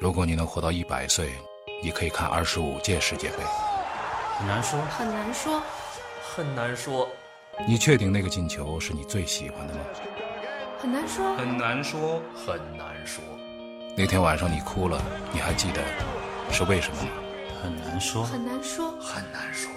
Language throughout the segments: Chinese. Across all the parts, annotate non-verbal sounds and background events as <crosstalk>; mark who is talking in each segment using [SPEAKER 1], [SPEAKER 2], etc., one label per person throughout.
[SPEAKER 1] 如果你能活到一百岁，你可以看二十五届世界杯。
[SPEAKER 2] 很难说，
[SPEAKER 3] 很难说。
[SPEAKER 2] 很难说，
[SPEAKER 1] 你确定那个进球是你最喜欢的吗？
[SPEAKER 3] 很难说，
[SPEAKER 2] 很难说，很难说，
[SPEAKER 1] 那天晚上你哭了，你还记得是为什么吗？
[SPEAKER 4] 很难说，
[SPEAKER 3] 很难说，
[SPEAKER 2] 很难说。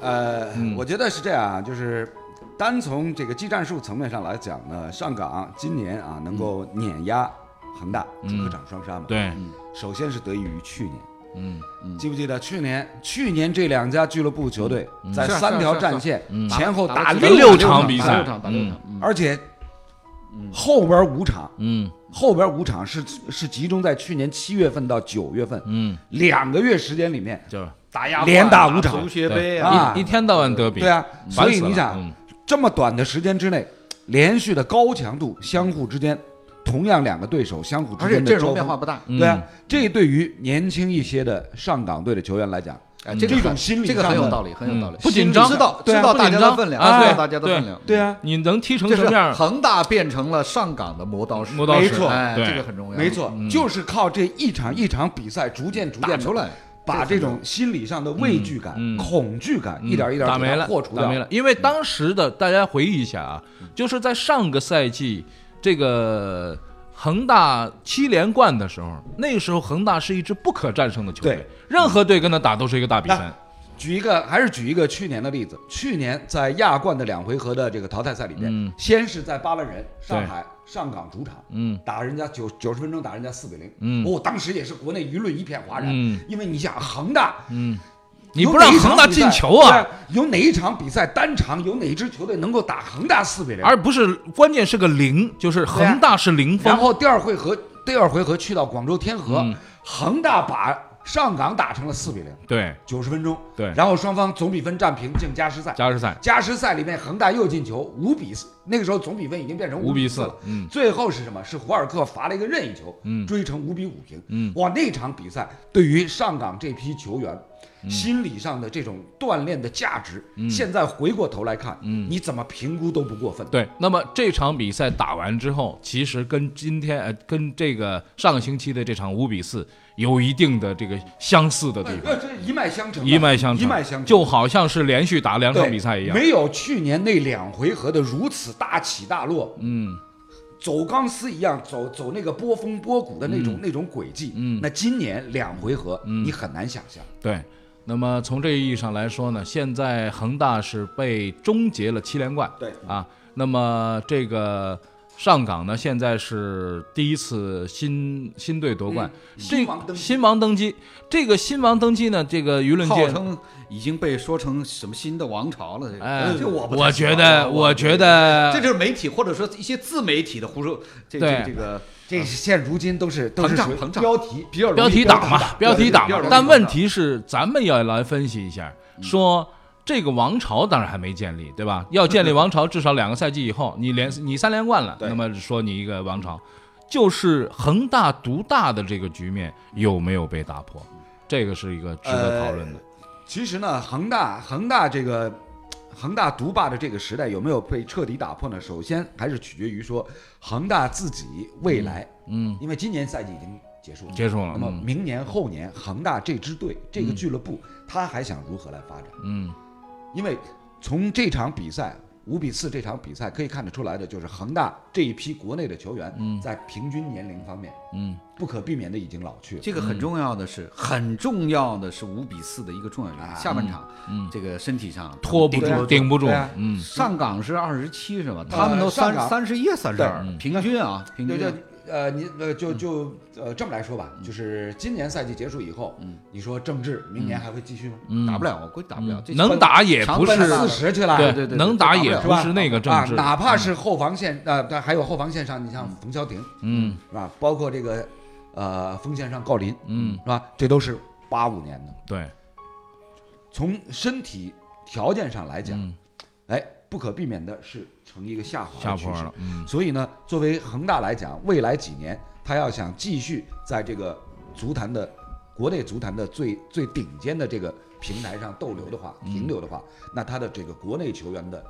[SPEAKER 5] 呃，我觉得是这样啊，就是单从这个技战术层面上来讲呢，上港今年啊能够碾压恒大，客场双杀嘛。
[SPEAKER 4] 对，
[SPEAKER 5] 首先是得益于去年，
[SPEAKER 4] 嗯，
[SPEAKER 5] 记不记得去年？去年这两家俱乐部球队在
[SPEAKER 6] 是啊
[SPEAKER 5] 三条
[SPEAKER 6] 是啊
[SPEAKER 5] 战线
[SPEAKER 4] 嗯
[SPEAKER 5] 前后
[SPEAKER 6] 打了
[SPEAKER 5] 六
[SPEAKER 4] 六
[SPEAKER 5] 场
[SPEAKER 4] 比
[SPEAKER 6] 打
[SPEAKER 4] 赛
[SPEAKER 6] 六场，打六
[SPEAKER 4] 嗯
[SPEAKER 6] 场，
[SPEAKER 5] 而且后边五场，
[SPEAKER 4] 嗯
[SPEAKER 5] 后边五场是是集中在去年七月份到九月份
[SPEAKER 4] 嗯，
[SPEAKER 5] 两个月时间里面
[SPEAKER 4] 就是
[SPEAKER 2] 打压
[SPEAKER 5] 连打五场
[SPEAKER 6] 足协杯啊，
[SPEAKER 5] 啊
[SPEAKER 4] 一一，天到晚德比，
[SPEAKER 5] 对啊，
[SPEAKER 4] 烦
[SPEAKER 5] 所以
[SPEAKER 4] 死
[SPEAKER 5] 你
[SPEAKER 4] 了
[SPEAKER 5] 想
[SPEAKER 4] 嗯
[SPEAKER 5] 这么短的时间之内，连续的高强度相互之间，同样两个对手相互之
[SPEAKER 6] 而且
[SPEAKER 5] 间的
[SPEAKER 6] 阵
[SPEAKER 5] 交
[SPEAKER 6] 容
[SPEAKER 5] 锋
[SPEAKER 6] 变化不大。
[SPEAKER 4] 嗯
[SPEAKER 5] 对啊，这对于年轻一些的上港队的球员来讲，
[SPEAKER 6] 哎，这个
[SPEAKER 5] 这种
[SPEAKER 6] 很
[SPEAKER 5] 心理
[SPEAKER 6] 这个很
[SPEAKER 5] 上
[SPEAKER 6] 有
[SPEAKER 5] 的
[SPEAKER 6] 道理，很有道理。
[SPEAKER 4] 嗯不紧张
[SPEAKER 6] 知道知
[SPEAKER 5] 对啊
[SPEAKER 6] 道
[SPEAKER 4] 不
[SPEAKER 6] 大
[SPEAKER 4] 紧
[SPEAKER 6] 家的
[SPEAKER 4] 张
[SPEAKER 6] 分量，
[SPEAKER 4] 啊
[SPEAKER 6] 知
[SPEAKER 4] 对
[SPEAKER 6] 道大家的
[SPEAKER 4] 对
[SPEAKER 6] 分量。
[SPEAKER 5] 对啊，
[SPEAKER 4] 你能踢成
[SPEAKER 6] 这
[SPEAKER 4] 什么
[SPEAKER 6] 是
[SPEAKER 4] 样？
[SPEAKER 6] 嗯恒大变成了上港的磨刀石，
[SPEAKER 4] 磨刀石
[SPEAKER 5] 没错
[SPEAKER 6] 哎，
[SPEAKER 4] 对
[SPEAKER 6] 这个很重要，
[SPEAKER 5] 没，错，就是靠这一场一场比赛逐渐逐
[SPEAKER 6] 嗯打
[SPEAKER 5] 渐
[SPEAKER 6] 出来，
[SPEAKER 5] 把这种心理上的畏惧感、
[SPEAKER 4] 嗯嗯
[SPEAKER 5] 恐惧感
[SPEAKER 4] 嗯
[SPEAKER 5] 一点一点
[SPEAKER 4] 打
[SPEAKER 5] 给
[SPEAKER 4] 没
[SPEAKER 5] 它
[SPEAKER 4] 了，
[SPEAKER 5] 破除掉，
[SPEAKER 4] 打没了。因为当时的大家回忆一下啊，
[SPEAKER 6] 嗯
[SPEAKER 4] 就是在上个赛季这个恒大七连冠的时候，那个时候恒大是一支不可战胜的球队
[SPEAKER 5] 对，
[SPEAKER 4] 任何队跟他打都是一个大比分。
[SPEAKER 5] 举一个，还是举一个去年的例子。去年在亚冠的两回合的这个淘汰赛里边，
[SPEAKER 4] 嗯
[SPEAKER 5] 先是在巴兰人上
[SPEAKER 4] 对
[SPEAKER 5] 海上港主场，
[SPEAKER 4] 嗯
[SPEAKER 5] 打人家九九十分钟打人家四比零，
[SPEAKER 4] 嗯
[SPEAKER 5] 哦，当时也是国内舆论一片哗然，
[SPEAKER 4] 嗯
[SPEAKER 5] 因为你想恒大，
[SPEAKER 4] 嗯，你
[SPEAKER 5] 有
[SPEAKER 4] 不
[SPEAKER 5] 哪
[SPEAKER 4] 让
[SPEAKER 5] 一场
[SPEAKER 4] 恒大
[SPEAKER 5] 比
[SPEAKER 4] 进
[SPEAKER 5] 赛
[SPEAKER 4] 球啊？！
[SPEAKER 5] 对有哪一场比赛单场有哪支球队能够打恒大四比零？
[SPEAKER 4] 而不是关键是个零，就是
[SPEAKER 6] 啊
[SPEAKER 4] 恒大是零
[SPEAKER 5] 然
[SPEAKER 4] 封。
[SPEAKER 5] 后第二回合第二回合去到广州天河
[SPEAKER 4] 嗯，
[SPEAKER 5] 恒大把上港打成了四比零，
[SPEAKER 4] 对，
[SPEAKER 5] 九十分钟，
[SPEAKER 4] 对
[SPEAKER 5] 然后双方总比分战平进加时赛。
[SPEAKER 4] 加时赛
[SPEAKER 5] 加时赛里面，恒大又进球，五比四。那个时候总比分已经变成
[SPEAKER 4] 五
[SPEAKER 5] 比
[SPEAKER 4] 比
[SPEAKER 5] 四
[SPEAKER 4] 四
[SPEAKER 5] 了。。
[SPEAKER 4] 嗯
[SPEAKER 5] 最后是什么？是胡尔克罚了一个任意球，
[SPEAKER 4] 嗯
[SPEAKER 5] 追成五比五平。
[SPEAKER 4] 嗯
[SPEAKER 5] 哇，那场比赛对于上港这批球员。
[SPEAKER 4] 嗯
[SPEAKER 5] 心理上的这种锻炼的价值，现在回过头来看，
[SPEAKER 4] 嗯
[SPEAKER 5] 你怎么评估都不过分。
[SPEAKER 4] 对，那么这场比赛打完之后，其实跟今天呃跟这个上个星期的这场五比四有一定的这个相似的地
[SPEAKER 5] 呃，
[SPEAKER 4] 方，
[SPEAKER 5] 这一脉相承啊，
[SPEAKER 4] 一脉相承，
[SPEAKER 5] 一脉相承，
[SPEAKER 4] 就好像是连续打两
[SPEAKER 5] 对
[SPEAKER 4] 场比赛一样。
[SPEAKER 5] 没有去年那两回合的如此大起大落，
[SPEAKER 4] 嗯，
[SPEAKER 5] 走钢丝一样走走那个波峰波谷的那种、那种轨迹。
[SPEAKER 4] 嗯
[SPEAKER 5] 那今年两回合，你很难想象。
[SPEAKER 4] 对。那么从这个意义上来说呢，现在恒大是被终结了七连冠，
[SPEAKER 5] 对
[SPEAKER 4] 啊，那么这个上港呢，现在是第一次新新队夺冠，这
[SPEAKER 5] 嗯新王登基
[SPEAKER 4] 新王登基，这个新王登基呢，这个舆论
[SPEAKER 6] 号
[SPEAKER 4] 界
[SPEAKER 6] 称已经被说成什么新的王朝了。这个
[SPEAKER 4] 哎
[SPEAKER 6] 这我不太
[SPEAKER 4] 我
[SPEAKER 6] 喜
[SPEAKER 4] 觉
[SPEAKER 6] 欢
[SPEAKER 4] 得，我觉得
[SPEAKER 6] 这就是媒体或者说一些自媒体的胡说，这这
[SPEAKER 4] 对
[SPEAKER 6] 这个
[SPEAKER 4] 嗯
[SPEAKER 5] 这现如今都是都是
[SPEAKER 6] 膨胀
[SPEAKER 5] 属于
[SPEAKER 6] 膨胀
[SPEAKER 5] 标题比较容易
[SPEAKER 4] 标题党嘛，标题党
[SPEAKER 6] 标
[SPEAKER 4] 嘛
[SPEAKER 6] 题。党
[SPEAKER 4] 但问题是，咱们要来分析一下，
[SPEAKER 6] 嗯
[SPEAKER 4] 说这个王朝当然还没建立，对吧？要建
[SPEAKER 6] <laughs>
[SPEAKER 4] 立王朝，至少两个赛季以后，你连你三连冠了，
[SPEAKER 5] 对
[SPEAKER 4] 那么说你一个王朝，就是恒大独大的这个局面有没有被打破？
[SPEAKER 6] 嗯
[SPEAKER 4] 这个是一个值得讨论的。
[SPEAKER 5] 其实呢，恒大恒大这个恒大独霸的这个时代有没有被彻底打破呢？首先还是取决于说恒大自己未来，
[SPEAKER 4] 嗯，
[SPEAKER 5] 因为今年赛季已经结
[SPEAKER 6] 呃
[SPEAKER 5] 束了，
[SPEAKER 4] 结束了
[SPEAKER 5] 那么
[SPEAKER 4] 嗯
[SPEAKER 5] 明年后年，恒大这支队这
[SPEAKER 6] 嗯
[SPEAKER 5] 个俱乐部，他还想如何来发展？
[SPEAKER 4] 嗯，
[SPEAKER 5] 因为从这场比赛五比四这场比赛可以看得出来的，就是恒大这一批国内的球员，
[SPEAKER 6] 嗯
[SPEAKER 5] 在平均年龄方面，
[SPEAKER 4] 嗯，
[SPEAKER 5] 不可避免的已经老去了。
[SPEAKER 6] 这个很重要的是，很重要的是五比四的一个重要原因。下半场，这个身体上嗯
[SPEAKER 4] 拖不
[SPEAKER 5] 对
[SPEAKER 4] 住，
[SPEAKER 5] 啊
[SPEAKER 4] 顶不住
[SPEAKER 5] 对啊。
[SPEAKER 4] 嗯，
[SPEAKER 6] 上港是二十七是吧？他们都
[SPEAKER 5] 上
[SPEAKER 6] 三
[SPEAKER 5] 港
[SPEAKER 6] 三十一、三十二，平均啊，平
[SPEAKER 5] 就
[SPEAKER 6] 均
[SPEAKER 5] 就呃，你呃就
[SPEAKER 6] 嗯
[SPEAKER 5] 就呃这么来说吧，就是今年赛季结束以后，
[SPEAKER 6] 嗯
[SPEAKER 5] 你说郑智明年还会继续吗？
[SPEAKER 6] 打不了，我估计打不啊了。这
[SPEAKER 4] 嗯能打也不
[SPEAKER 6] 强
[SPEAKER 4] 是
[SPEAKER 6] 奔
[SPEAKER 5] 四十去了，
[SPEAKER 6] 对对
[SPEAKER 4] 能打也
[SPEAKER 6] 打
[SPEAKER 5] 不
[SPEAKER 4] 不
[SPEAKER 5] 了
[SPEAKER 4] 是那个政治
[SPEAKER 5] 啊，。哪怕是后防线呃，但还有后防线上，你像冯潇霆，
[SPEAKER 4] 嗯，
[SPEAKER 5] 是吧？包括这个呃锋线上郜林，
[SPEAKER 4] 嗯，
[SPEAKER 5] 是吧？这都是八五年的，
[SPEAKER 4] 对，
[SPEAKER 5] 从身体条件上来讲，
[SPEAKER 4] 嗯
[SPEAKER 5] 哎，不可避免的是呈一个下滑
[SPEAKER 4] 下
[SPEAKER 5] 的趋
[SPEAKER 4] 坡
[SPEAKER 5] 势
[SPEAKER 4] 了。嗯
[SPEAKER 5] 所以呢，作为恒大来讲，未来几年他要想继续在这个足坛的国内足坛的最最嗯顶尖的这个平台上逗留的话，停留的话，那他的这个国内球员的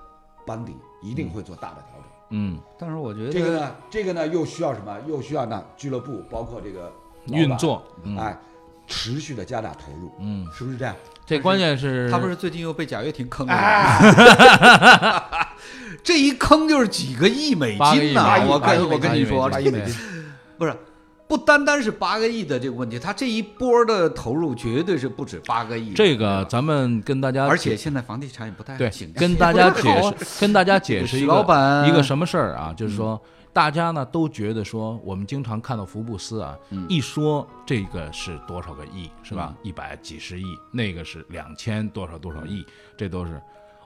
[SPEAKER 5] 班底一定会做大的调整。
[SPEAKER 4] 嗯，
[SPEAKER 6] 但是我觉得
[SPEAKER 5] 这个呢，这个呢又需要什么？又需要呢俱乐部包括这个老板
[SPEAKER 4] 运作，
[SPEAKER 5] 哎，持续的加大投入，嗯，是不是这样？
[SPEAKER 4] 这关键是
[SPEAKER 6] 他不是最近又被贾跃亭坑了吗？ <laughs> 这一坑就是几个亿美
[SPEAKER 4] 八个亿
[SPEAKER 6] 金呐、
[SPEAKER 4] 八个亿
[SPEAKER 6] 我
[SPEAKER 4] 八个亿
[SPEAKER 6] 跟我跟你说，
[SPEAKER 4] 八
[SPEAKER 5] 八
[SPEAKER 4] 个
[SPEAKER 5] 亿
[SPEAKER 4] 亿
[SPEAKER 5] 美金，
[SPEAKER 6] 不是不单单是八个亿的这个问题，他这一波的投入绝对是不止八个亿的。
[SPEAKER 4] 这个，
[SPEAKER 6] 对吧
[SPEAKER 4] 咱们跟大家
[SPEAKER 6] 而且现在房地产也不太
[SPEAKER 4] 对
[SPEAKER 6] 景，气
[SPEAKER 4] 跟大家解释， <laughs> 跟大家解释一
[SPEAKER 6] 许
[SPEAKER 4] 个
[SPEAKER 6] 老板
[SPEAKER 4] 一个什么事儿啊？就是说，大家呢都觉得说，我们经常看到福布斯啊，
[SPEAKER 6] 嗯
[SPEAKER 4] 一说这个是多少个亿，是吧？一百几十亿，那个是两千多少多少亿，这都是。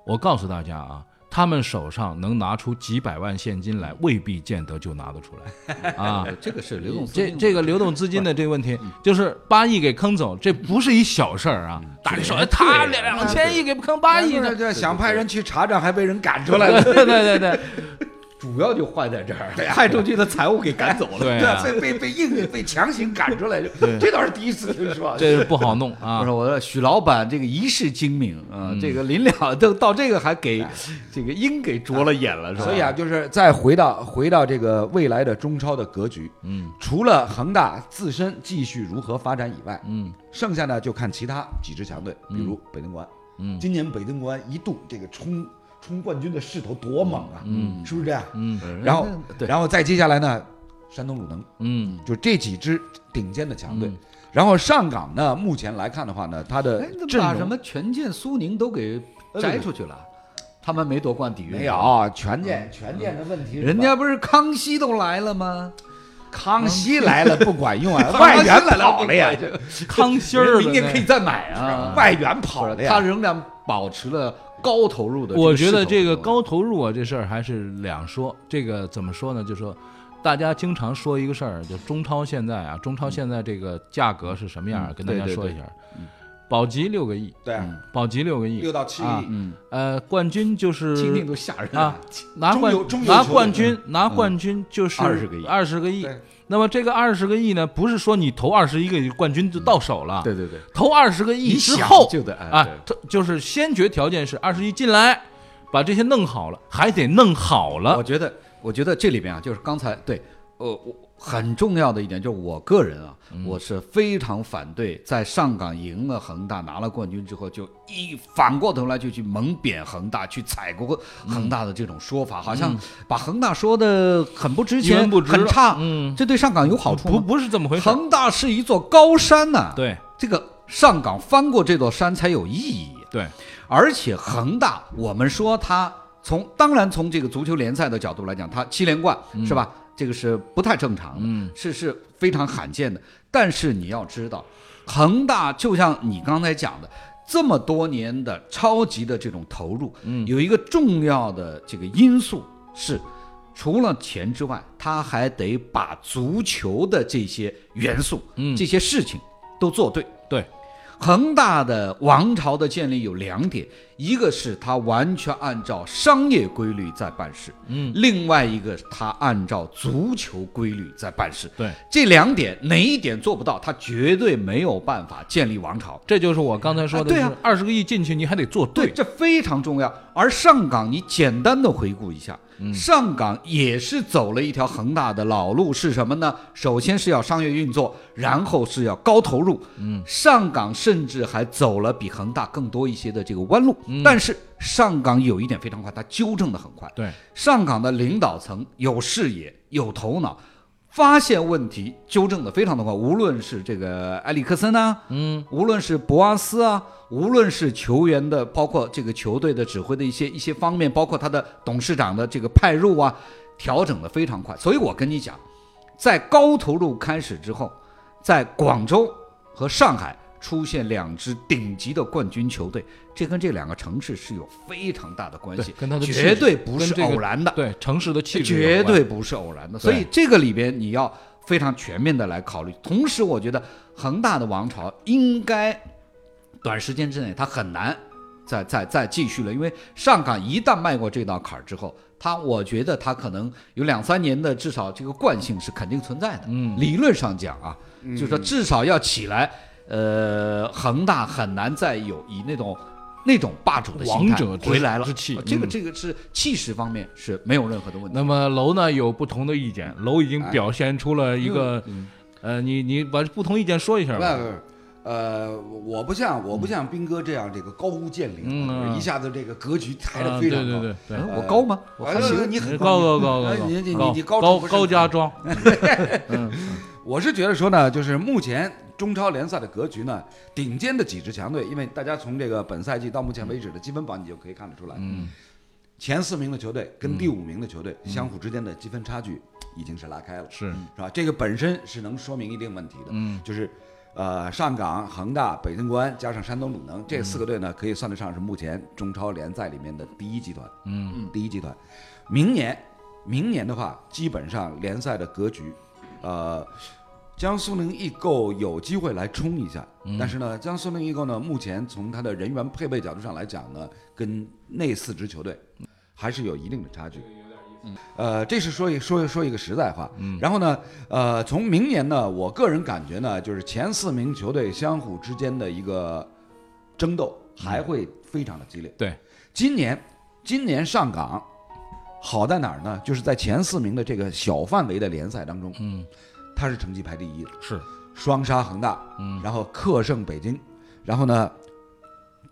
[SPEAKER 4] 我告诉大家啊，他们手上能拿出几百万现金来，未必见得就拿得出来
[SPEAKER 6] <laughs>
[SPEAKER 4] 啊。
[SPEAKER 6] 呃这个是流动资金
[SPEAKER 4] 这
[SPEAKER 6] 的嗯
[SPEAKER 4] 这个流动资金的这个问题，就是八亿给坑走，这不是一小事儿
[SPEAKER 6] 嗯
[SPEAKER 4] 啊！大家说哎他两两千亿给坑八亿
[SPEAKER 5] 哎不
[SPEAKER 4] 呢
[SPEAKER 6] <laughs>
[SPEAKER 5] 是，这想派人去查账，还被人赶出来了。
[SPEAKER 4] 对对对对
[SPEAKER 6] 主要就坏在这儿，派出去的财务给赶走了。
[SPEAKER 4] 啊对啊
[SPEAKER 6] <laughs>
[SPEAKER 5] 对，被被被硬被强行赶出来，这倒是第一次听说。
[SPEAKER 4] 这是不好弄
[SPEAKER 6] 不
[SPEAKER 4] 啊
[SPEAKER 6] <laughs> 是，！我说许老板这个一世精明啊、
[SPEAKER 5] 嗯
[SPEAKER 6] 这个临了都到这个还给这个鹰给啄了眼了，是吧？哎
[SPEAKER 5] 所以啊，，哎就是再回到回到这个未来的中超的格局，嗯，除了恒大自身继续如何发展以外，嗯，剩下呢就看其他几支强队，比如北京国安，嗯，今年北京国安一度这个冲冲冠军的势头多猛啊，嗯，是不是这样？嗯，然后
[SPEAKER 6] 对
[SPEAKER 5] 然后再接下来呢，山东鲁能，
[SPEAKER 4] 嗯，
[SPEAKER 5] 就这几支顶尖的强队。然后上港呢，目前来看的话呢，它的
[SPEAKER 6] 哎，你怎
[SPEAKER 5] 阵
[SPEAKER 6] 么把
[SPEAKER 5] 容
[SPEAKER 6] 什么权健、苏宁都给摘出去了？他们没夺冠底蕴，
[SPEAKER 5] 没，有权健，权健的问题是吧，
[SPEAKER 6] 人
[SPEAKER 5] <laughs>
[SPEAKER 6] 家不是康熙都来了吗？，
[SPEAKER 5] 康熙来了不管用啊 <laughs> 外援跑了呀，
[SPEAKER 4] 康熙儿的
[SPEAKER 6] 明年
[SPEAKER 4] 那
[SPEAKER 6] 可以再买啊，
[SPEAKER 5] 外援跑了
[SPEAKER 6] 他
[SPEAKER 5] 呀。
[SPEAKER 6] 仍然保持了高投入的。
[SPEAKER 4] 我觉得这个高投入啊，这事儿还是两说。这个怎么说呢？就说大家经常说一个事儿，就中超现在啊，中超现在这个价格是什么样儿？
[SPEAKER 6] 嗯
[SPEAKER 4] 跟大家
[SPEAKER 6] 对对
[SPEAKER 4] 说一
[SPEAKER 6] 对嗯
[SPEAKER 4] 下，保级六个亿，
[SPEAKER 5] 对啊，
[SPEAKER 4] 保级六个亿，
[SPEAKER 5] 六到七
[SPEAKER 4] 啊
[SPEAKER 5] 亿，
[SPEAKER 4] 呃，冠军就是
[SPEAKER 6] 听嗯听都吓人
[SPEAKER 4] 啊！拿
[SPEAKER 5] 中
[SPEAKER 4] 冠
[SPEAKER 5] 游中游
[SPEAKER 4] 拿
[SPEAKER 5] 球
[SPEAKER 4] 冠
[SPEAKER 5] 队嗯
[SPEAKER 4] 军拿冠军就是
[SPEAKER 6] 20个亿
[SPEAKER 4] 二十个亿
[SPEAKER 5] 对。
[SPEAKER 4] 那么这个二十个亿呢，不是说你投二十一个亿冠军就到手了，
[SPEAKER 6] 嗯对对对，
[SPEAKER 4] 投二十个亿
[SPEAKER 6] 你
[SPEAKER 4] 之
[SPEAKER 6] 想
[SPEAKER 4] 后
[SPEAKER 6] 就得哎
[SPEAKER 4] 啊
[SPEAKER 6] 对，
[SPEAKER 4] 它就是先决条件是二十一进来，把这些弄好了，还得弄好
[SPEAKER 6] 我
[SPEAKER 4] 了。
[SPEAKER 6] 觉得，我觉得这里边啊，就是刚才对，呃，我很重要的一点就是我个人啊，
[SPEAKER 4] 嗯
[SPEAKER 6] 我是非常反对在上港赢了恒大拿了冠军之后，就一反过头来就去蒙贬恒大，去踩过
[SPEAKER 4] 嗯
[SPEAKER 6] 恒大的这种说法，好像把恒大说的很不值
[SPEAKER 4] 一文
[SPEAKER 6] 钱，
[SPEAKER 4] 嗯不值
[SPEAKER 6] 很
[SPEAKER 4] 了
[SPEAKER 6] 差，
[SPEAKER 4] 嗯
[SPEAKER 6] 这对上港有好处
[SPEAKER 4] 不
[SPEAKER 6] 吗？
[SPEAKER 4] 不是这么回事，
[SPEAKER 6] 恒大是一座高山呐、
[SPEAKER 4] 对
[SPEAKER 6] 这个上港翻过这座山才有意义。啊
[SPEAKER 4] 对，
[SPEAKER 6] 而且恒大，我们说他从当然从这个足球联赛的角度来讲，他七连冠、是吧？这个是不太正常的，是是非常罕见的。但是你要知道，恒大就像你刚才讲的。这么多年的超级的这种投入，有一个重要的这个因素是，除了钱之外，他还得把足球的这些元素、
[SPEAKER 4] 嗯
[SPEAKER 6] 这些事情都做对。
[SPEAKER 4] 对，
[SPEAKER 6] 恒大的王朝的建立有两点，一个是它完全按照商业规律在办事，嗯，另外一个它按照足球规律在办事。
[SPEAKER 4] 对，
[SPEAKER 6] 这两点哪一点做不到，它绝对没有办法建立王朝。
[SPEAKER 4] 这就是我刚才说的，
[SPEAKER 6] 哎对啊
[SPEAKER 4] 二十个亿进去你还得做对，
[SPEAKER 6] 这非常重要。而上港，你简单的回顾一下，上港也是走了一条恒大的老路，是什么呢？首先是要商业运作，然后是要高投入。嗯，上港甚至还走了比恒大更多一些的这个弯路，但是上港有一点非常快，它纠正的很快。
[SPEAKER 4] 对，
[SPEAKER 6] 上港的领导层有视野、有头脑，发现问题纠正的非常的快。无论是这个埃里克森啊，嗯，无论是博阿斯啊，无论是球员的，包括这个球队的指挥的一些一些方面，包括他的董事长的这个派入啊，调整的非常快。所以我跟你讲，在高投入开始之后，在哎广州和上海。出现两支顶级的冠军球队，这跟这两个城市是有非常大的关系
[SPEAKER 4] 对，跟他的气质
[SPEAKER 6] 绝对不是
[SPEAKER 4] 跟这个
[SPEAKER 6] 偶然的。
[SPEAKER 4] 对城市的气质有
[SPEAKER 6] 绝
[SPEAKER 4] 关
[SPEAKER 6] 对不是偶然的。所以这个里边你要非常全面的来考虑。同时，我觉得恒大的王朝应该短时间之内它很难再再再继续了，因为上港一旦迈过这道坎儿之后。它，我觉得它可能有两三年的，至少这个惯性是肯定存在的。嗯，理论上讲啊，
[SPEAKER 5] 嗯
[SPEAKER 4] 嗯
[SPEAKER 6] 就是说至少要起来，呃，恒大很难再有以那种那种霸主的心
[SPEAKER 4] 王
[SPEAKER 6] 态
[SPEAKER 4] 者之
[SPEAKER 6] 回来了
[SPEAKER 4] 之气
[SPEAKER 6] 呃这个
[SPEAKER 4] 嗯
[SPEAKER 6] 这个是气势方面是没有任何的问题。
[SPEAKER 4] 那么楼呢有不同的意见，楼已经
[SPEAKER 5] 哎
[SPEAKER 4] 表现出了一个，
[SPEAKER 5] 嗯
[SPEAKER 4] 呃，你你把不同意见说一下
[SPEAKER 5] 不
[SPEAKER 4] 吧。
[SPEAKER 5] 不不，呃，我不像我不像斌哥这样这个高屋建瓴啊，
[SPEAKER 4] 嗯
[SPEAKER 5] 就是一下子这个格局抬得
[SPEAKER 4] 啊，对
[SPEAKER 5] 非
[SPEAKER 4] 对
[SPEAKER 5] 常高。
[SPEAKER 4] 对对
[SPEAKER 6] 哎，我高吗？我
[SPEAKER 5] 哎
[SPEAKER 6] 还行
[SPEAKER 5] 对。你很
[SPEAKER 4] 高高高
[SPEAKER 5] 哎
[SPEAKER 4] 高
[SPEAKER 5] 你你你
[SPEAKER 4] 高
[SPEAKER 5] 高中
[SPEAKER 4] 高
[SPEAKER 5] 不哎是
[SPEAKER 4] 高家庄，
[SPEAKER 5] 我是觉得说呢，就是目前中超联赛的格局呢，顶尖的几支强队，因为大家从这个本赛季到目前为止的积分榜，你就可以看得出来，嗯，前四名的球队跟第五名的球队相互之间的积分差距已经是拉开了，
[SPEAKER 4] 是
[SPEAKER 5] 是吧？这个本身是能说明一定问题的，嗯，就是。呃，上港、恒大、北京国安加上山东鲁能这四个队呢，可以算得上是目前中超联赛里面的第一集团。嗯，第一集团。明年，明年的话，基本上联赛的格局，呃，江苏宁易购有机会来冲一下，但是呢，江苏宁易购呢，目前从它的人员配备角度上来讲呢，跟那四支球队还是有一定的差距。呃，这是说一说一说一个实在话，然后呢，呃，从明年呢，我个人感觉呢，就是前四名球队相互之间的一个争斗还会非常的激烈。
[SPEAKER 4] 对，
[SPEAKER 5] 今年今年上港好在哪儿呢？就是在前四名的这个小范围的联赛当中，嗯，它是成绩排第一的，
[SPEAKER 4] 是
[SPEAKER 5] 双杀恒大，嗯，然后客胜北京，然后呢，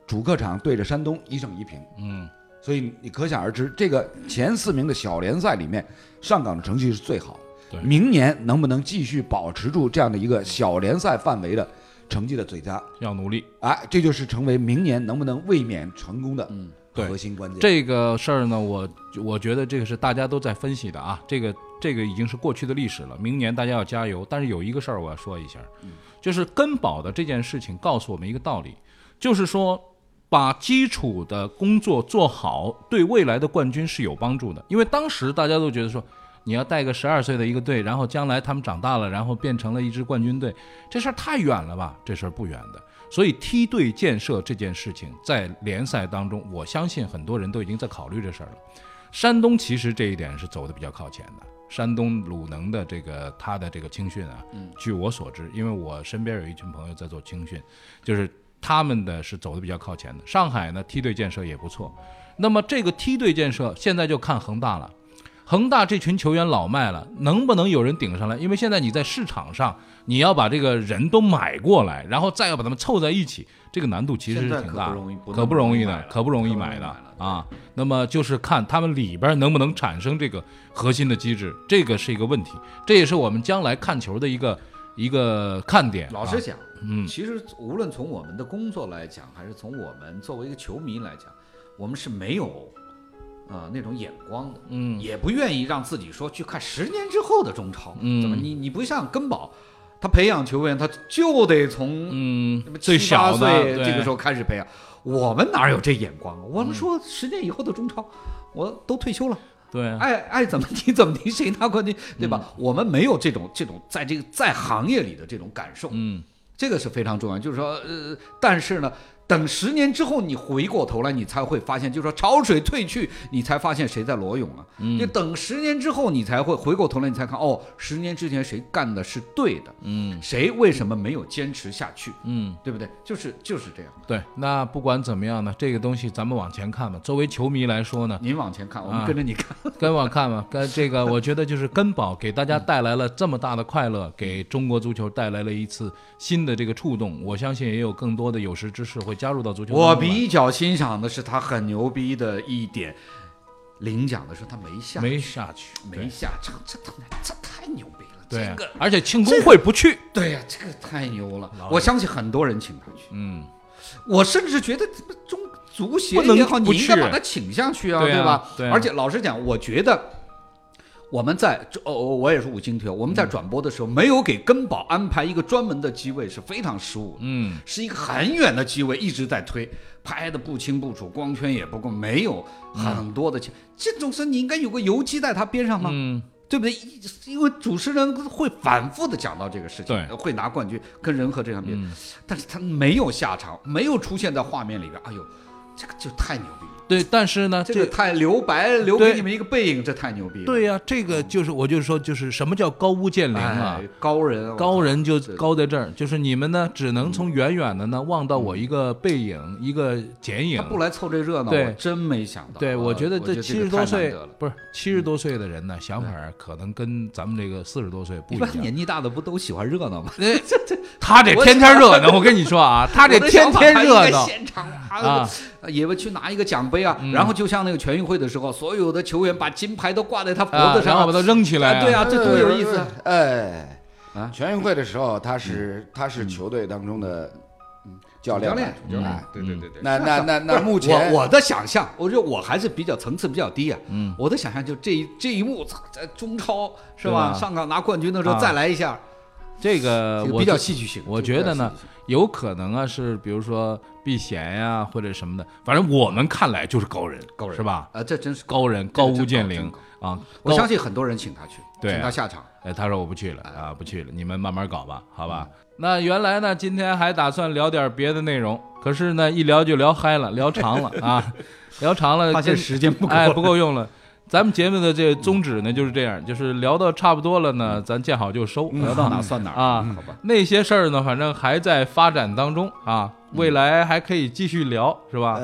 [SPEAKER 5] 主客场对着山东一胜一平，嗯，所以你可想而知，这个前四名的小联赛里面，上港的成绩是最好。
[SPEAKER 4] 对
[SPEAKER 5] 明年能不能继续保持住这样的一个小联赛范围的成绩的最佳？
[SPEAKER 4] 要努力。
[SPEAKER 5] 哎，这就是成为明年能不能卫冕成功的
[SPEAKER 4] 对
[SPEAKER 5] 核心关键。
[SPEAKER 4] 这个事儿呢，我我觉得这个是大家都在分析的啊，这个这个已经是过去的历史了。明年大家要加油，但是有一个事儿我要说一下，就是根保的这件事情告诉我们一个道理，就是说把基础的工作做好，对未来的冠军是有帮助的。因为当时大家都觉得说。你要带个十二岁的一个队，然后将来他们长大了，然后变成了一支冠军队，这事儿太远了吧？这事儿不远的。所以梯队建设这件事情，在联赛当中，我相信很多人都已经在考虑这事儿了。山东其实这一点是走的比较靠前的。山东鲁能的这个他的这个青训啊，
[SPEAKER 6] 嗯
[SPEAKER 4] 据我所知，因为我身边有一群朋友在做青训，就是他们的是走的比较靠前的。上海呢，梯队建设也不错。那么这个梯队建设现在就看恒大了。恒大这群球员老迈了，能不能有人顶上来？因为现在你在市场上，你要把这个人都买过来，然后再要把他们凑在一起，这个难度其实是挺大的
[SPEAKER 6] 现在可不容易不，那么
[SPEAKER 4] 可不容易
[SPEAKER 6] 容易买
[SPEAKER 4] 的
[SPEAKER 6] 了，
[SPEAKER 4] 可不容易
[SPEAKER 6] 可不容易
[SPEAKER 4] 买的
[SPEAKER 6] 买了
[SPEAKER 4] 啊。那么就是看他们里边能不能产生这个核心的机制，这个是一个问题，这也是我们将来看球的一个一个看点啊。
[SPEAKER 6] 老实讲，
[SPEAKER 4] 嗯
[SPEAKER 6] 其实无论从我们的工作来讲，还是从我们作为一个球迷来讲，我们是没有。啊、那种眼光的，嗯，也不愿意让自己说去看十年之后的中超，
[SPEAKER 4] 嗯
[SPEAKER 6] 怎么你你不像根宝，他培养球员他就得从
[SPEAKER 4] 嗯
[SPEAKER 6] 什么，
[SPEAKER 4] 最
[SPEAKER 6] 七八
[SPEAKER 4] 小的
[SPEAKER 6] 岁这个时
[SPEAKER 4] 候
[SPEAKER 6] 候开始培养，我们哪有这眼光啊？
[SPEAKER 4] 嗯
[SPEAKER 6] 我们说十年以后的中超，我都退休了，
[SPEAKER 4] 对啊
[SPEAKER 6] 爱爱怎么踢怎么踢，谁拿冠军，对吧？
[SPEAKER 4] 嗯
[SPEAKER 6] 我们没有这种这种在这个在行业里的这种感受，
[SPEAKER 4] 嗯
[SPEAKER 6] 这个是非常重要。就是说，呃，但是呢，等十年之后你回过头来，你才会发现，就是说潮水退去，你才发现谁在裸泳啊。
[SPEAKER 4] 嗯
[SPEAKER 6] 就等十年之后，你才会回过头来，你才看哦，十年之前谁干的是对的，
[SPEAKER 4] 嗯
[SPEAKER 6] 谁为什么没有坚持下去，
[SPEAKER 4] 嗯，
[SPEAKER 6] 对不对？就是就是这样。
[SPEAKER 4] 对。那不管怎么样呢，这个东西咱们往前看吧。作为球迷来说呢，
[SPEAKER 6] 您往前看，我们
[SPEAKER 4] 啊
[SPEAKER 6] 跟着你看。
[SPEAKER 4] 跟我看吧，跟这个，我觉得就是根宝给大家带来了这么大的快乐，给中国足球带来了一次新的这个触动。我相信也有更多的有识之士会加入到足球当中来。
[SPEAKER 6] 我比较欣赏的是他很牛逼的一点，领奖的时候他没下
[SPEAKER 4] 没下去，
[SPEAKER 6] 没
[SPEAKER 4] 对
[SPEAKER 6] 下场，这他妈这太牛逼了，
[SPEAKER 4] 对啊
[SPEAKER 6] 这个，
[SPEAKER 4] 而且庆功会不去，
[SPEAKER 6] 对呀、这个太牛了，我相信很多人请他去，
[SPEAKER 4] 嗯，
[SPEAKER 6] 我甚至觉得他妈中足协
[SPEAKER 4] 不能
[SPEAKER 6] 也好，你
[SPEAKER 4] 不
[SPEAKER 6] 应该
[SPEAKER 4] 去
[SPEAKER 6] 把他请下去啊，
[SPEAKER 4] 对啊
[SPEAKER 6] 吧？
[SPEAKER 4] 对啊
[SPEAKER 6] 而且老实讲，我觉得。我们在哦，我也是五星推，我们
[SPEAKER 4] 嗯
[SPEAKER 6] 在转播的时候、没有给根宝安排一个专门的机位是非常失误的。
[SPEAKER 4] 嗯，
[SPEAKER 6] 是一个很远的机位一直在推，拍的不清不楚，光圈也不够，没有很多的钱。这种事你应该有个游击在他边上吗？
[SPEAKER 4] 嗯，
[SPEAKER 6] 对不对？一因为主持人会反复的讲到这个事情，
[SPEAKER 4] 对嗯
[SPEAKER 6] 会拿冠军跟仁和这场比赛，但是他没有下场，没有出现在画面里边。哎呦，这个就太牛逼了！
[SPEAKER 4] 啊对，但是呢，
[SPEAKER 6] 这个太留白，留
[SPEAKER 4] 对
[SPEAKER 6] 给你们一个背影，这太牛逼了。
[SPEAKER 4] 对呀、啊这个就是我就是说，就是什么叫高屋建瓴啊？
[SPEAKER 6] 哎，高人啊，
[SPEAKER 4] 高人就
[SPEAKER 6] 对嗯
[SPEAKER 4] 高在这儿，就是你们呢，只能从远远的呢望到我一个背影，一个剪影
[SPEAKER 6] 他。不来凑这热闹，
[SPEAKER 4] 对
[SPEAKER 6] 我真没想到。啊
[SPEAKER 4] 对，
[SPEAKER 6] 我
[SPEAKER 4] 我觉得
[SPEAKER 6] 这
[SPEAKER 4] 这
[SPEAKER 6] 个
[SPEAKER 4] 七十
[SPEAKER 6] 太
[SPEAKER 4] 多
[SPEAKER 6] 难
[SPEAKER 4] 岁
[SPEAKER 6] 得了嗯
[SPEAKER 4] 不是七十多岁的人呢，想法儿可能跟咱们这个四十多岁不
[SPEAKER 6] 一
[SPEAKER 4] 一
[SPEAKER 6] 般年
[SPEAKER 4] 样。
[SPEAKER 6] 纪大的不都喜欢热闹吗？
[SPEAKER 4] 哎他这天天热闹，我跟你说啊， <laughs> 他这
[SPEAKER 6] 我的
[SPEAKER 4] 天
[SPEAKER 6] 想法
[SPEAKER 4] 天
[SPEAKER 6] 还应
[SPEAKER 4] 热
[SPEAKER 6] 该
[SPEAKER 4] 闹
[SPEAKER 6] 现场啊
[SPEAKER 4] 啊，嗯
[SPEAKER 6] 也会去拿一个奖杯啊。然后就像那个全运会的时候，所有的球员把金牌都挂在他脖
[SPEAKER 4] 啊
[SPEAKER 6] 子，
[SPEAKER 4] 然
[SPEAKER 6] 上
[SPEAKER 4] 后把
[SPEAKER 6] 啊，
[SPEAKER 4] 它扔起来、
[SPEAKER 6] 啊对啊，这多有意思啊！！
[SPEAKER 5] 哎，
[SPEAKER 6] 啊嗯
[SPEAKER 5] 全运会的时候，他是他是球队当中的教
[SPEAKER 6] 教
[SPEAKER 5] 练嘛，
[SPEAKER 6] 练，教练
[SPEAKER 5] 哎
[SPEAKER 6] 对对对对。
[SPEAKER 5] 那那那
[SPEAKER 6] 不是
[SPEAKER 5] 那目前
[SPEAKER 6] 我我的想象，我觉得我还是比较层次比较低啊。嗯，我的想象就这一这一幕，操在中超是吧？
[SPEAKER 4] 对吧
[SPEAKER 6] 上港拿冠军的时候
[SPEAKER 4] 啊
[SPEAKER 6] 再来一下，
[SPEAKER 4] 这个
[SPEAKER 6] 这个
[SPEAKER 4] 我
[SPEAKER 6] 比较
[SPEAKER 4] 觉
[SPEAKER 6] 戏剧性
[SPEAKER 4] 我
[SPEAKER 6] 这个比
[SPEAKER 4] 觉
[SPEAKER 6] 较
[SPEAKER 4] 得
[SPEAKER 6] 戏
[SPEAKER 4] 呢
[SPEAKER 6] 剧性，
[SPEAKER 4] 有可能啊，是比如说避嫌呀、或者什么的，反正我们看来就是高人，
[SPEAKER 6] 高人
[SPEAKER 4] 是吧？
[SPEAKER 6] 啊，这真是
[SPEAKER 4] 高人
[SPEAKER 6] 这个
[SPEAKER 4] 高
[SPEAKER 6] 真
[SPEAKER 4] 屋建
[SPEAKER 6] 真
[SPEAKER 4] 瓴
[SPEAKER 6] 高
[SPEAKER 4] 啊！
[SPEAKER 6] 我
[SPEAKER 4] 高
[SPEAKER 6] 相信很多人请他去，
[SPEAKER 4] 对啊
[SPEAKER 6] 请他下场。
[SPEAKER 4] 哎，他说我不去了啊，不去了，你们慢慢搞吧，好吧？那原来呢，今天还打算聊点别的内容，可是呢，一聊就聊嗨了，聊长了
[SPEAKER 6] <laughs>
[SPEAKER 4] 啊，聊长了，
[SPEAKER 6] 发现
[SPEAKER 4] 跟
[SPEAKER 6] 时间不够
[SPEAKER 4] 哎，不够用了。咱们节目的这宗旨呢，就是这样，就是聊到差不多了
[SPEAKER 6] 嗯
[SPEAKER 4] 呢，咱见好就收，
[SPEAKER 6] 聊到哪算哪儿嗯
[SPEAKER 4] 啊
[SPEAKER 6] 好吧。
[SPEAKER 4] 那些事儿呢，反正还在发展当中啊，未来还可以继续聊，是吧？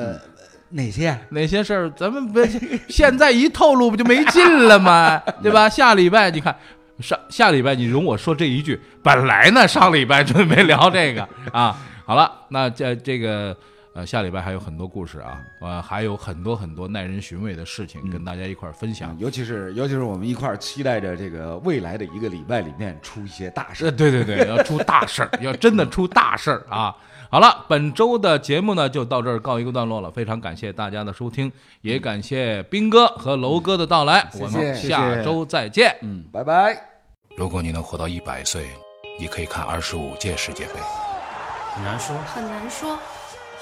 [SPEAKER 5] 哪些？啊
[SPEAKER 4] 哪些事儿咱们别现在一透露不就没劲了吗？对吧？下礼拜你看。上下礼拜你容我说这一句，本来呢上礼拜准备聊这个啊， <laughs> 好了，那这这个呃下礼拜还有很多故事啊，呃还有很多很多耐人寻味的事情跟大家一块儿分享。
[SPEAKER 5] 嗯尤其是尤其是我们一块儿期待着这个未来的一个礼拜里面出一些大
[SPEAKER 4] 呃，
[SPEAKER 5] 事。嗯
[SPEAKER 4] 对对对，要出大事儿，要真的出大事儿啊！好了，本周的节目呢就到这儿告一个段落了，非常感谢大家的收听，也感谢斌哥和楼哥的到来，我们
[SPEAKER 5] 嗯谢谢
[SPEAKER 4] 下周再见。
[SPEAKER 6] 嗯
[SPEAKER 5] 拜拜。
[SPEAKER 1] 如果你能活到一百岁，你可以看二十五届世界杯。
[SPEAKER 2] 很难说，
[SPEAKER 3] 很难说，